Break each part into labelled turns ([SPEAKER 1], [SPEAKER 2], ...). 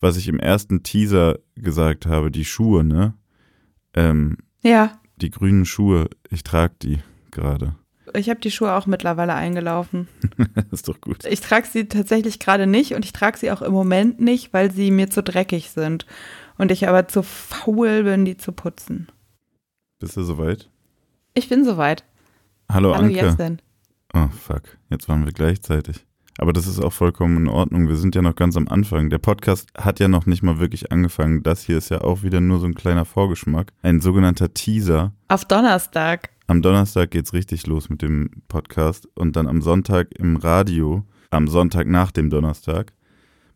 [SPEAKER 1] was ich im ersten Teaser gesagt habe, die Schuhe, ne? Ähm,
[SPEAKER 2] Ja,
[SPEAKER 1] die grünen Schuhe, ich trage die gerade.
[SPEAKER 2] ich habe die Schuhe auch mittlerweile eingelaufen.
[SPEAKER 1] ist doch gut.
[SPEAKER 2] Ich trage sie tatsächlich gerade nicht und ich trage sie auch im Moment nicht, weil sie mir zu dreckig sind. Und ich aber zu faul bin, die zu putzen.
[SPEAKER 1] Bist du soweit?
[SPEAKER 2] Ich bin soweit.
[SPEAKER 1] Hallo,
[SPEAKER 2] Hallo,
[SPEAKER 1] Anke.
[SPEAKER 2] jetzt denn?
[SPEAKER 1] Oh, fuck. Jetzt waren wir gleichzeitig. Aber das ist auch vollkommen in Ordnung. Wir sind ja noch ganz am Anfang. Der Podcast hat ja noch nicht mal wirklich angefangen. Das hier ist ja auch wieder nur so ein kleiner Vorgeschmack. Ein sogenannter Teaser.
[SPEAKER 2] Auf Donnerstag.
[SPEAKER 1] Am Donnerstag geht's richtig los mit dem Podcast und dann am Sonntag im Radio, am Sonntag nach dem Donnerstag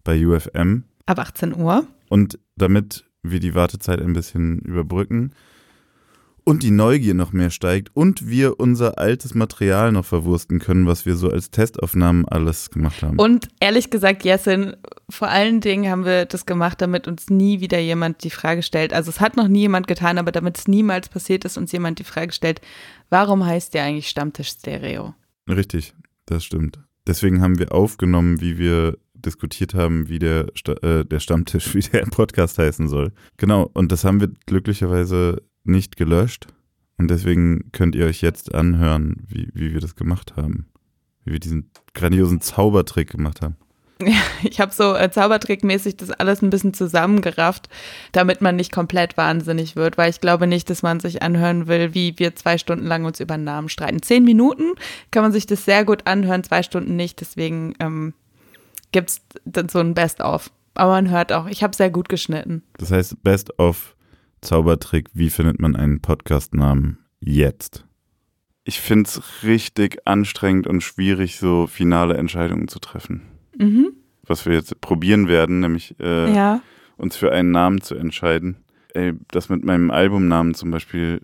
[SPEAKER 1] bei UFM.
[SPEAKER 2] Ab 18 Uhr.
[SPEAKER 1] Und damit wir die Wartezeit ein bisschen überbrücken und die Neugier noch mehr steigt und wir unser altes Material noch verwursten können, was wir so als Testaufnahmen alles gemacht haben.
[SPEAKER 2] Und ehrlich gesagt, Jessin, vor allen Dingen haben wir das gemacht, damit uns nie wieder jemand die Frage stellt. Also es hat noch nie jemand getan, aber damit es niemals passiert ist, uns jemand die Frage stellt, warum heißt der eigentlich Stammtisch Stereo?
[SPEAKER 1] Richtig, das stimmt. Deswegen haben wir aufgenommen, wie wir diskutiert haben, wie der, Sta äh, der Stammtisch, wie der Podcast heißen soll. Genau, und das haben wir glücklicherweise nicht gelöscht. Und deswegen könnt ihr euch jetzt anhören, wie, wie wir das gemacht haben. Wie wir diesen grandiosen Zaubertrick gemacht haben.
[SPEAKER 2] Ich habe so äh, zaubertrickmäßig das alles ein bisschen zusammengerafft, damit man nicht komplett wahnsinnig wird, weil ich glaube nicht, dass man sich anhören will, wie wir zwei Stunden lang uns über Namen streiten. Zehn Minuten kann man sich das sehr gut anhören, zwei Stunden nicht, deswegen ähm, gibt's dann so ein Best-of. Aber man hört auch, ich habe sehr gut geschnitten.
[SPEAKER 1] Das heißt, Best of Zaubertrick, wie findet man einen Podcastnamen jetzt? Ich finde es richtig anstrengend und schwierig, so finale Entscheidungen zu treffen.
[SPEAKER 2] Mhm.
[SPEAKER 1] was wir jetzt probieren werden, nämlich äh,
[SPEAKER 2] Ja.
[SPEAKER 1] uns für einen Namen zu entscheiden. Ey, das mit meinem Albumnamen zum Beispiel,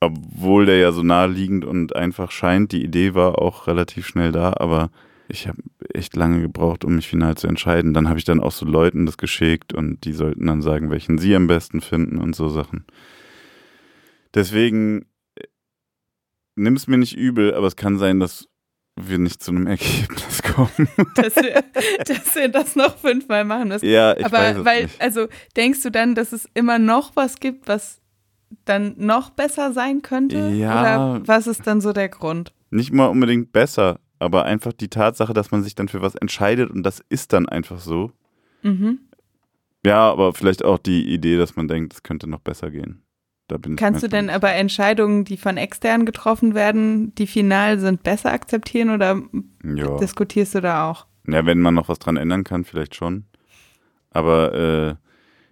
[SPEAKER 1] obwohl der ja so naheliegend und einfach scheint, die Idee war auch relativ schnell da, aber ich habe echt lange gebraucht, um mich final zu entscheiden. Dann habe ich dann auch so Leuten das geschickt und die sollten dann sagen, welchen sie am besten finden und so Sachen. Deswegen nimm es mir nicht übel, aber es kann sein, dass wir nicht zu einem Ergebnis kommen.
[SPEAKER 2] Dass wir, dass wir das noch fünfmal machen müssen.
[SPEAKER 1] ja, ich
[SPEAKER 2] Aber
[SPEAKER 1] weiß es
[SPEAKER 2] weil,
[SPEAKER 1] nicht.
[SPEAKER 2] also denkst du dann, dass es immer noch was gibt, was dann noch besser sein könnte?
[SPEAKER 1] Ja.
[SPEAKER 2] Oder was ist dann so der Grund?
[SPEAKER 1] nicht mal unbedingt besser, aber einfach die Tatsache, dass man sich dann für was entscheidet und das ist dann einfach so.
[SPEAKER 2] Mhm.
[SPEAKER 1] Ja, aber vielleicht auch die Idee, dass man denkt, es könnte noch besser gehen. Da bin ich
[SPEAKER 2] Kannst du denn
[SPEAKER 1] manchmal-
[SPEAKER 2] aber Entscheidungen, die von extern getroffen werden, die final sind, besser akzeptieren oder
[SPEAKER 1] Ja.
[SPEAKER 2] diskutierst du da auch?
[SPEAKER 1] ja, wenn man noch was dran ändern kann, vielleicht schon. Aber äh,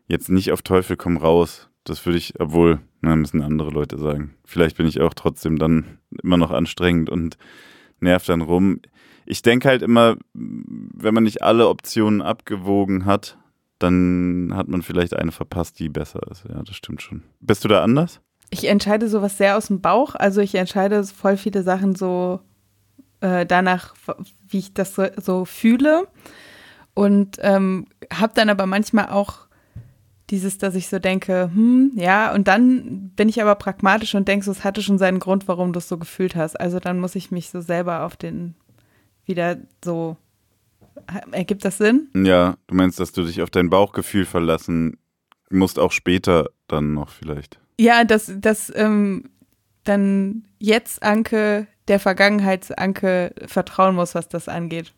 [SPEAKER 1] jetzt nicht auf Teufel komm raus. Das würde ich, obwohl, na, müssen andere Leute sagen. Vielleicht bin ich auch trotzdem dann immer noch anstrengend und nervt dann rum. Ich denke halt immer, wenn man nicht alle Optionen abgewogen hat, dann hat man vielleicht eine verpasst, die besser ist. Ja, das stimmt schon. Bist du da anders?
[SPEAKER 2] Ich entscheide sowas sehr aus dem Bauch. Also ich entscheide voll viele Sachen so äh, danach, wie ich das so, so fühle. Und ähm, habe dann aber manchmal auch dieses, dass ich so denke, hm, ja, und dann bin ich aber pragmatisch und denke, so, es hatte schon seinen Grund, warum du es so gefühlt hast. Also dann muss ich mich so selber auf den wieder so, ergibt das Sinn?
[SPEAKER 1] Ja, du meinst, dass du dich auf dein Bauchgefühl verlassen musst, auch später dann noch vielleicht.
[SPEAKER 2] Ja, dass, dass ähm, dann jetzt Anke der Vergangenheitsanke vertrauen muss, was das angeht.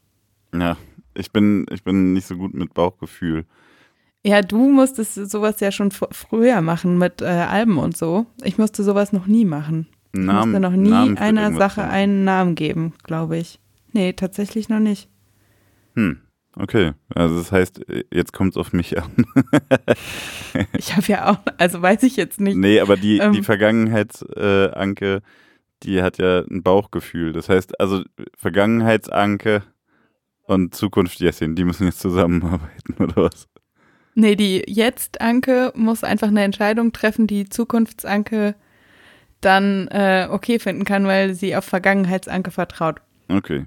[SPEAKER 1] Ja, ich bin, ich bin nicht so gut mit Bauchgefühl.
[SPEAKER 2] Ja, du musstest sowas ja schon fr- früher machen mit äh, Alben und so. Ich musste sowas noch nie machen. Ich musste noch nie
[SPEAKER 1] Namen für
[SPEAKER 2] einer
[SPEAKER 1] irgendwas
[SPEAKER 2] Sache
[SPEAKER 1] finden.
[SPEAKER 2] einen Namen geben, glaube ich. Nee, tatsächlich noch nicht.
[SPEAKER 1] Hm, okay. Also das heißt, jetzt kommt es auf mich an.
[SPEAKER 2] Ich habe ja auch, also weiß ich jetzt nicht.
[SPEAKER 1] nee, aber die,
[SPEAKER 2] ähm.
[SPEAKER 1] die Vergangenheitsanke, äh, Anke, die hat ja ein Bauchgefühl. Das heißt, also Vergangenheitsanke und Zukunft Jessin, die müssen jetzt zusammenarbeiten, oder was?
[SPEAKER 2] Nee, die Jetzt-Anke muss einfach eine Entscheidung treffen, die Zukunftsanke dann äh, okay finden kann, weil sie auf Vergangenheitsanke vertraut.
[SPEAKER 1] Okay.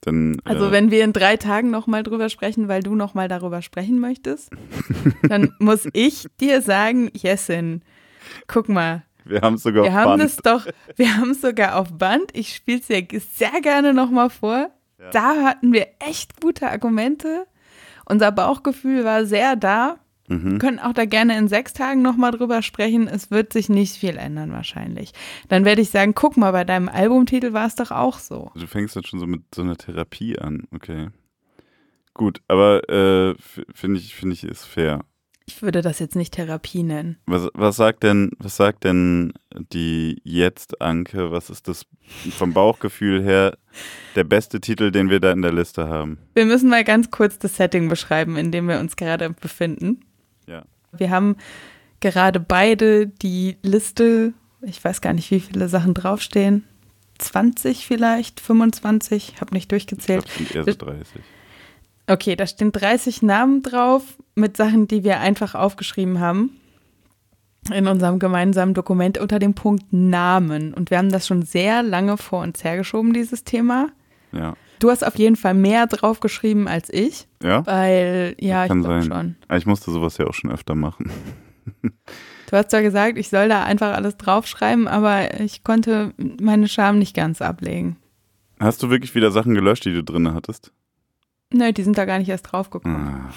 [SPEAKER 1] Dann,
[SPEAKER 2] Also
[SPEAKER 1] äh,
[SPEAKER 2] wenn wir in drei Tagen nochmal drüber sprechen, weil du nochmal darüber sprechen möchtest, dann muss ich dir sagen, Jessin, guck mal,
[SPEAKER 1] wir haben es sogar
[SPEAKER 2] wir
[SPEAKER 1] auf
[SPEAKER 2] haben
[SPEAKER 1] Band.
[SPEAKER 2] es doch, wir haben es sogar auf Band. Ich spiele es dir sehr gerne nochmal vor. Da hatten wir echt gute Argumente Unser Bauchgefühl war sehr da. Wir
[SPEAKER 1] Mhm.
[SPEAKER 2] können auch da gerne in sechs Tagen nochmal drüber sprechen. Es wird sich nicht viel ändern wahrscheinlich. Dann werde ich sagen, guck mal, bei deinem Albumtitel war es doch auch so.
[SPEAKER 1] Du fängst jetzt schon so mit so einer Therapie an, okay. Gut, aber äh, f- finde ich, finde ich, ist fair.
[SPEAKER 2] Ich würde das jetzt nicht Therapie nennen.
[SPEAKER 1] Was, was sagt denn, was sagt denn die jetzt Anke? Was ist das vom Bauchgefühl her der beste Titel, den wir da in der Liste haben?
[SPEAKER 2] Wir müssen mal ganz kurz das Setting beschreiben, in dem wir uns gerade befinden.
[SPEAKER 1] Ja.
[SPEAKER 2] Wir haben gerade beide die Liste, ich weiß gar nicht, wie viele Sachen draufstehen. 20 vielleicht, 25, habe nicht
[SPEAKER 1] Ich
[SPEAKER 2] durchgezählt.
[SPEAKER 1] glaube, es sind eher so 30.
[SPEAKER 2] Okay, da stehen 30 Namen drauf mit Sachen, die wir einfach aufgeschrieben haben in unserem gemeinsamen Dokument unter dem Punkt Namen. Und wir haben das schon sehr lange vor uns hergeschoben, dieses Thema.
[SPEAKER 1] Ja.
[SPEAKER 2] Du hast auf jeden Fall mehr draufgeschrieben als ich,
[SPEAKER 1] Ja?
[SPEAKER 2] weil, ja, ich
[SPEAKER 1] Kann
[SPEAKER 2] glaube
[SPEAKER 1] sein.
[SPEAKER 2] schon.
[SPEAKER 1] Ah, Ich musste sowas ja auch schon öfter machen.
[SPEAKER 2] Du hast zwar gesagt, ich soll da einfach alles draufschreiben, aber ich konnte meine Scham nicht ganz ablegen.
[SPEAKER 1] Hast du wirklich wieder Sachen gelöscht, die du drin hattest?
[SPEAKER 2] Nö, Ne, die sind da gar nicht erst draufgekommen.
[SPEAKER 1] Ah.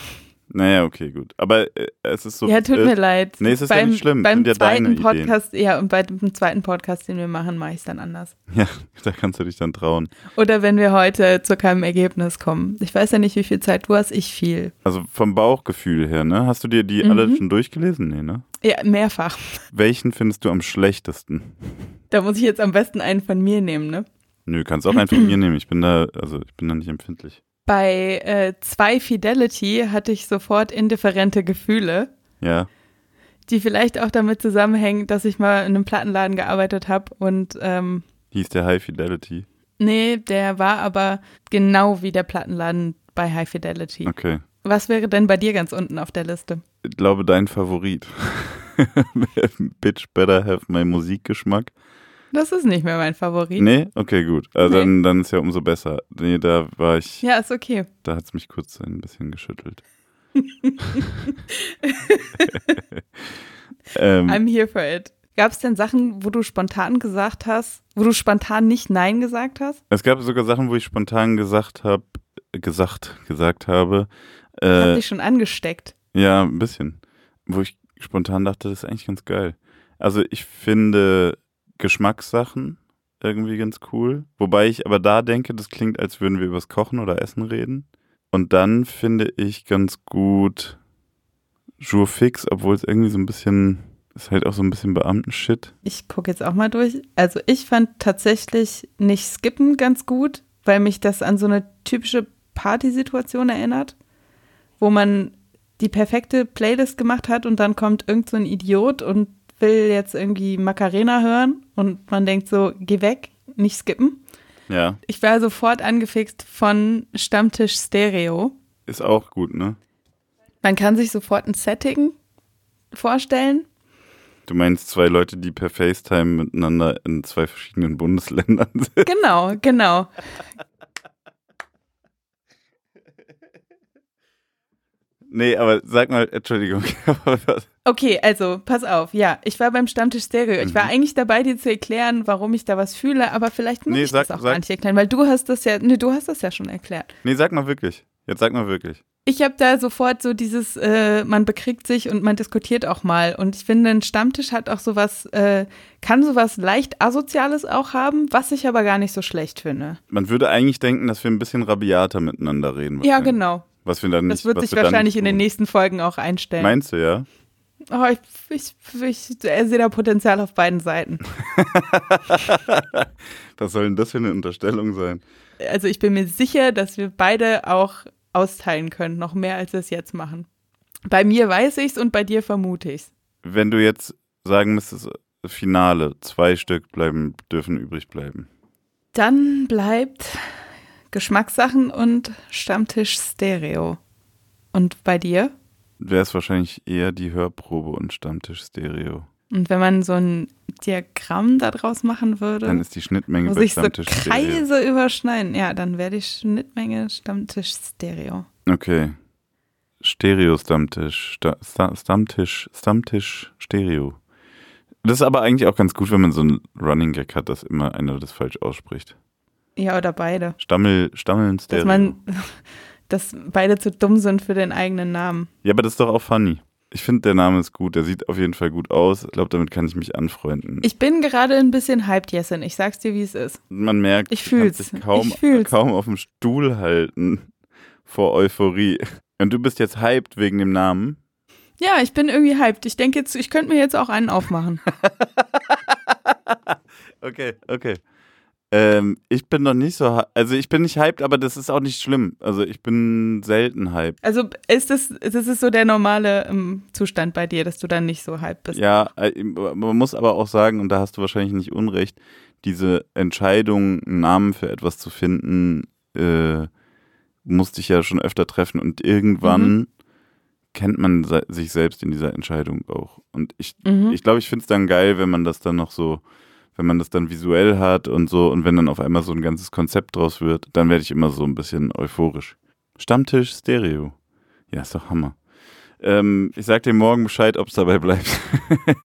[SPEAKER 1] Naja, okay, gut. Aber äh, es ist so.
[SPEAKER 2] ja, tut
[SPEAKER 1] äh,
[SPEAKER 2] mir leid.
[SPEAKER 1] nee, es ist ja nicht schlimm.
[SPEAKER 2] Beim
[SPEAKER 1] Sind ja deine
[SPEAKER 2] zweiten
[SPEAKER 1] Ideen.
[SPEAKER 2] Podcast, ja, und bei dem zweiten Podcast, den wir machen, mache ich es dann anders.
[SPEAKER 1] Ja, da kannst du dich dann trauen.
[SPEAKER 2] Oder wenn wir heute zu keinem Ergebnis kommen. Ich weiß ja nicht, wie viel Zeit du hast, ich viel.
[SPEAKER 1] Also vom Bauchgefühl her, ne? Hast du dir
[SPEAKER 2] Mhm.
[SPEAKER 1] die alle schon durchgelesen? Nee, ne?
[SPEAKER 2] Ja, mehrfach.
[SPEAKER 1] Welchen findest du am schlechtesten?
[SPEAKER 2] Da muss ich jetzt am besten einen von mir nehmen, ne?
[SPEAKER 1] Nö, kannst auch einen von mir nehmen. Ich bin da, also ich bin da nicht empfindlich.
[SPEAKER 2] Bei äh, zwei Fidelity hatte ich sofort indifferente Gefühle.
[SPEAKER 1] Ja.
[SPEAKER 2] die vielleicht auch damit zusammenhängen, dass ich mal in einem Plattenladen gearbeitet habe und ähm,
[SPEAKER 1] Hieß der High Fidelity.
[SPEAKER 2] nee, der war aber genau wie der Plattenladen bei High Fidelity.
[SPEAKER 1] Okay.
[SPEAKER 2] Was wäre denn bei dir ganz unten auf der Liste?
[SPEAKER 1] Ich glaube, dein Favorit. Bitch better have my Musikgeschmack.
[SPEAKER 2] Das ist nicht mehr mein Favorit.
[SPEAKER 1] Nee? Okay, gut. Also
[SPEAKER 2] Nee.
[SPEAKER 1] Dann, dann ist ja umso besser. Nee, da war ich,
[SPEAKER 2] Ja, ist okay.
[SPEAKER 1] da hat es mich kurz ein bisschen geschüttelt. ähm,
[SPEAKER 2] I'm here for it. Gab es denn Sachen, wo du spontan gesagt hast, wo du spontan nicht Nein gesagt hast?
[SPEAKER 1] es gab sogar Sachen, wo ich spontan gesagt habe, gesagt, gesagt habe.
[SPEAKER 2] Das
[SPEAKER 1] Äh,
[SPEAKER 2] hat dich schon angesteckt.
[SPEAKER 1] Ja, ein bisschen. Wo ich spontan dachte, das ist eigentlich ganz geil. Also ich finde Geschmackssachen irgendwie ganz cool. Wobei ich aber da denke, das klingt, als würden wir übers Kochen oder Essen reden. Und dann finde ich ganz gut Jour fix, obwohl es irgendwie so ein bisschen, ist halt auch so ein bisschen Beamtenshit.
[SPEAKER 2] Ich gucke jetzt auch mal durch. Also ich fand tatsächlich nicht skippen ganz gut, weil mich das an so eine typische Partysituation erinnert, wo man die perfekte Playlist gemacht hat und dann kommt irgend so ein Idiot und will jetzt irgendwie Macarena hören und man denkt so, geh weg, nicht skippen.
[SPEAKER 1] Ja.
[SPEAKER 2] Ich war sofort angefixt von Stammtisch Stereo.
[SPEAKER 1] Ist auch gut, ne?
[SPEAKER 2] Man kann sich sofort ein Setting vorstellen.
[SPEAKER 1] Du meinst zwei Leute, die per FaceTime miteinander in zwei verschiedenen Bundesländern sind.
[SPEAKER 2] Genau, genau.
[SPEAKER 1] Nee, aber sag mal, Entschuldigung, aber was,
[SPEAKER 2] Okay, also pass auf. Ja, ich war beim Stammtisch Stereo. Ich
[SPEAKER 1] Mhm.
[SPEAKER 2] war eigentlich dabei, dir zu erklären, warum ich da was fühle, aber vielleicht muss
[SPEAKER 1] Nee,
[SPEAKER 2] ich
[SPEAKER 1] sag-
[SPEAKER 2] das auch
[SPEAKER 1] sag-
[SPEAKER 2] gar nicht erklären, weil du hast das ja, nee, du hast das ja schon erklärt.
[SPEAKER 1] Nee, sag mal wirklich. Jetzt sag mal wirklich.
[SPEAKER 2] Ich habe da sofort so dieses, äh, man bekriegt sich und man diskutiert auch mal. Und ich finde, ein Stammtisch hat auch sowas, äh, kann sowas leicht Asoziales auch haben, was ich aber gar nicht so schlecht finde.
[SPEAKER 1] Man würde eigentlich denken, dass wir ein bisschen rabiater miteinander reden.
[SPEAKER 2] Ja,
[SPEAKER 1] wahrscheinlich.
[SPEAKER 2] genau.
[SPEAKER 1] Was wir dann nicht,
[SPEAKER 2] Das wird
[SPEAKER 1] was
[SPEAKER 2] sich
[SPEAKER 1] wir dann
[SPEAKER 2] wahrscheinlich
[SPEAKER 1] nicht
[SPEAKER 2] in den
[SPEAKER 1] tun.
[SPEAKER 2] nächsten Folgen auch einstellen.
[SPEAKER 1] Meinst du, ja?
[SPEAKER 2] Oh, ich, ich, ich, ich sehe da Potenzial auf beiden Seiten.
[SPEAKER 1] Was soll denn das für eine Unterstellung sein?
[SPEAKER 2] also ich bin mir sicher, dass wir beide auch austeilen können, noch mehr als wir es jetzt machen. Bei mir weiß ich's und bei dir vermute ich's.
[SPEAKER 1] Wenn du jetzt sagen müsstest, Finale, zwei Stück bleiben, dürfen übrig bleiben.
[SPEAKER 2] Dann bleibt Geschmackssachen und Stammtisch Stereo. Und bei dir?
[SPEAKER 1] Wäre es wahrscheinlich eher die Hörprobe und Stammtisch-Stereo.
[SPEAKER 2] Und wenn man so ein Diagramm daraus machen würde,
[SPEAKER 1] Dann ist die Schnittmenge
[SPEAKER 2] muss
[SPEAKER 1] bei
[SPEAKER 2] ich so
[SPEAKER 1] Stammtisch-Stereo.
[SPEAKER 2] Kreise überschneiden. Ja, dann wäre die Schnittmenge Stammtisch Stereo.
[SPEAKER 1] okay. Stereo-Stammtisch. Sta Sta- Stammtisch. Stammtisch-Stereo. Das ist aber eigentlich auch ganz gut, wenn man so einen Running Gag hat, dass immer einer das falsch ausspricht.
[SPEAKER 2] Ja, oder beide.
[SPEAKER 1] Stammel, Stammeln, Stereo.
[SPEAKER 2] Dass man, dass beide zu dumm sind für den eigenen Namen.
[SPEAKER 1] Ja, aber das ist doch auch funny. Ich finde, der Name ist gut. Der sieht auf jeden Fall gut aus. Ich glaube, damit kann ich mich anfreunden.
[SPEAKER 2] Ich bin gerade ein bisschen hyped, Jessin. Ich sag's dir, wie es ist.
[SPEAKER 1] Man merkt,
[SPEAKER 2] Ich fühl's.
[SPEAKER 1] kann sich kaum,
[SPEAKER 2] Ich fühl's.
[SPEAKER 1] kaum auf dem Stuhl halten vor Euphorie. Und du bist jetzt hyped wegen dem Namen.
[SPEAKER 2] Ja, ich bin irgendwie hyped. Ich denke jetzt, ich könnte mir jetzt auch einen aufmachen.
[SPEAKER 1] Okay, okay. Ähm, ich bin noch nicht so, hy- also ich bin nicht hyped, aber das ist auch nicht schlimm. Also ich bin selten hyped.
[SPEAKER 2] Also ist das, das ist so der normale ähm, Zustand bei dir, dass du dann nicht so hyped bist.
[SPEAKER 1] Ja, äh, man muss aber auch sagen, und da hast du wahrscheinlich nicht unrecht, diese Entscheidung, einen Namen für etwas zu finden, äh, musste ich ja schon öfter treffen. Und irgendwann kennt man se sich selbst in dieser Entscheidung auch. Und ich
[SPEAKER 2] Mhm.
[SPEAKER 1] ich glaube, ich finde es dann geil, wenn man das dann noch so, wenn man das dann visuell hat und so und wenn dann auf einmal so ein ganzes Konzept draus wird, dann werde ich immer so ein bisschen euphorisch. Stammtisch Stereo. Ja, ist doch Hammer. Ähm, ich sag dir morgen Bescheid, ob es dabei bleibt.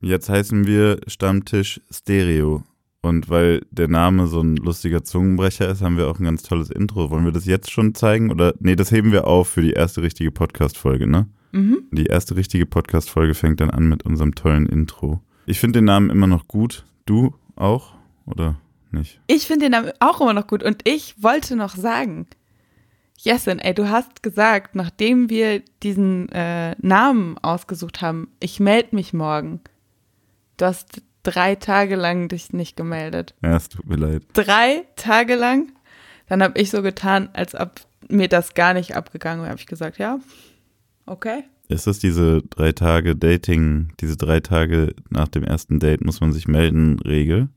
[SPEAKER 1] Jetzt heißen wir Stammtisch Stereo. Und weil der Name so ein lustiger Zungenbrecher ist, haben wir auch ein ganz tolles Intro. Wollen wir das jetzt schon zeigen? Oder nee, das heben wir auf für die erste richtige Podcast-Folge, ne?
[SPEAKER 2] Mhm.
[SPEAKER 1] Die erste richtige Podcast-Folge fängt dann an mit unserem tollen Intro. Ich finde den Namen immer noch gut. Du auch? Oder nicht?
[SPEAKER 2] Ich finde den Namen auch immer noch gut. Und ich wollte noch sagen, Jessin, ey, du hast gesagt, nachdem wir diesen äh, Namen ausgesucht haben, ich melde mich morgen. Du hast drei Tage lang dich nicht gemeldet.
[SPEAKER 1] Ja, es tut mir leid.
[SPEAKER 2] drei Tage lang. Dann habe ich so getan, als ob mir das gar nicht abgegangen wäre. Habe ich gesagt, ja, okay.
[SPEAKER 1] Ist das diese drei Tage Dating, diese drei Tage nach dem ersten Date muss man sich melden, Regel,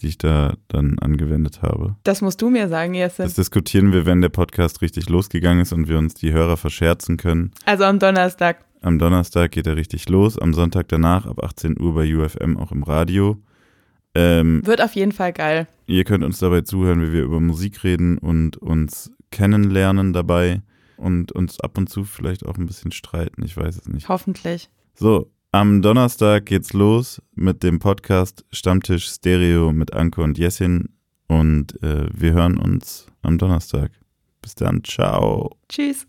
[SPEAKER 1] die ich da dann angewendet habe?
[SPEAKER 2] Das musst du mir sagen, Jessin.
[SPEAKER 1] Das diskutieren wir, wenn der Podcast richtig losgegangen ist und wir uns die Hörer verscherzen können.
[SPEAKER 2] Also am Donnerstag.
[SPEAKER 1] Am Donnerstag geht er richtig los, am Sonntag danach ab 18 Uhr bei UFM auch im Radio. Ähm,
[SPEAKER 2] Wird auf jeden Fall geil.
[SPEAKER 1] Ihr könnt uns dabei zuhören, wie wir über Musik reden und uns kennenlernen dabei und uns ab und zu vielleicht auch ein bisschen streiten. Ich weiß es nicht.
[SPEAKER 2] Hoffentlich.
[SPEAKER 1] So, am Donnerstag geht's los mit dem Podcast Stammtisch Stereo mit Anke und Jessin und äh, wir hören uns am Donnerstag. Bis dann, ciao.
[SPEAKER 2] Tschüss.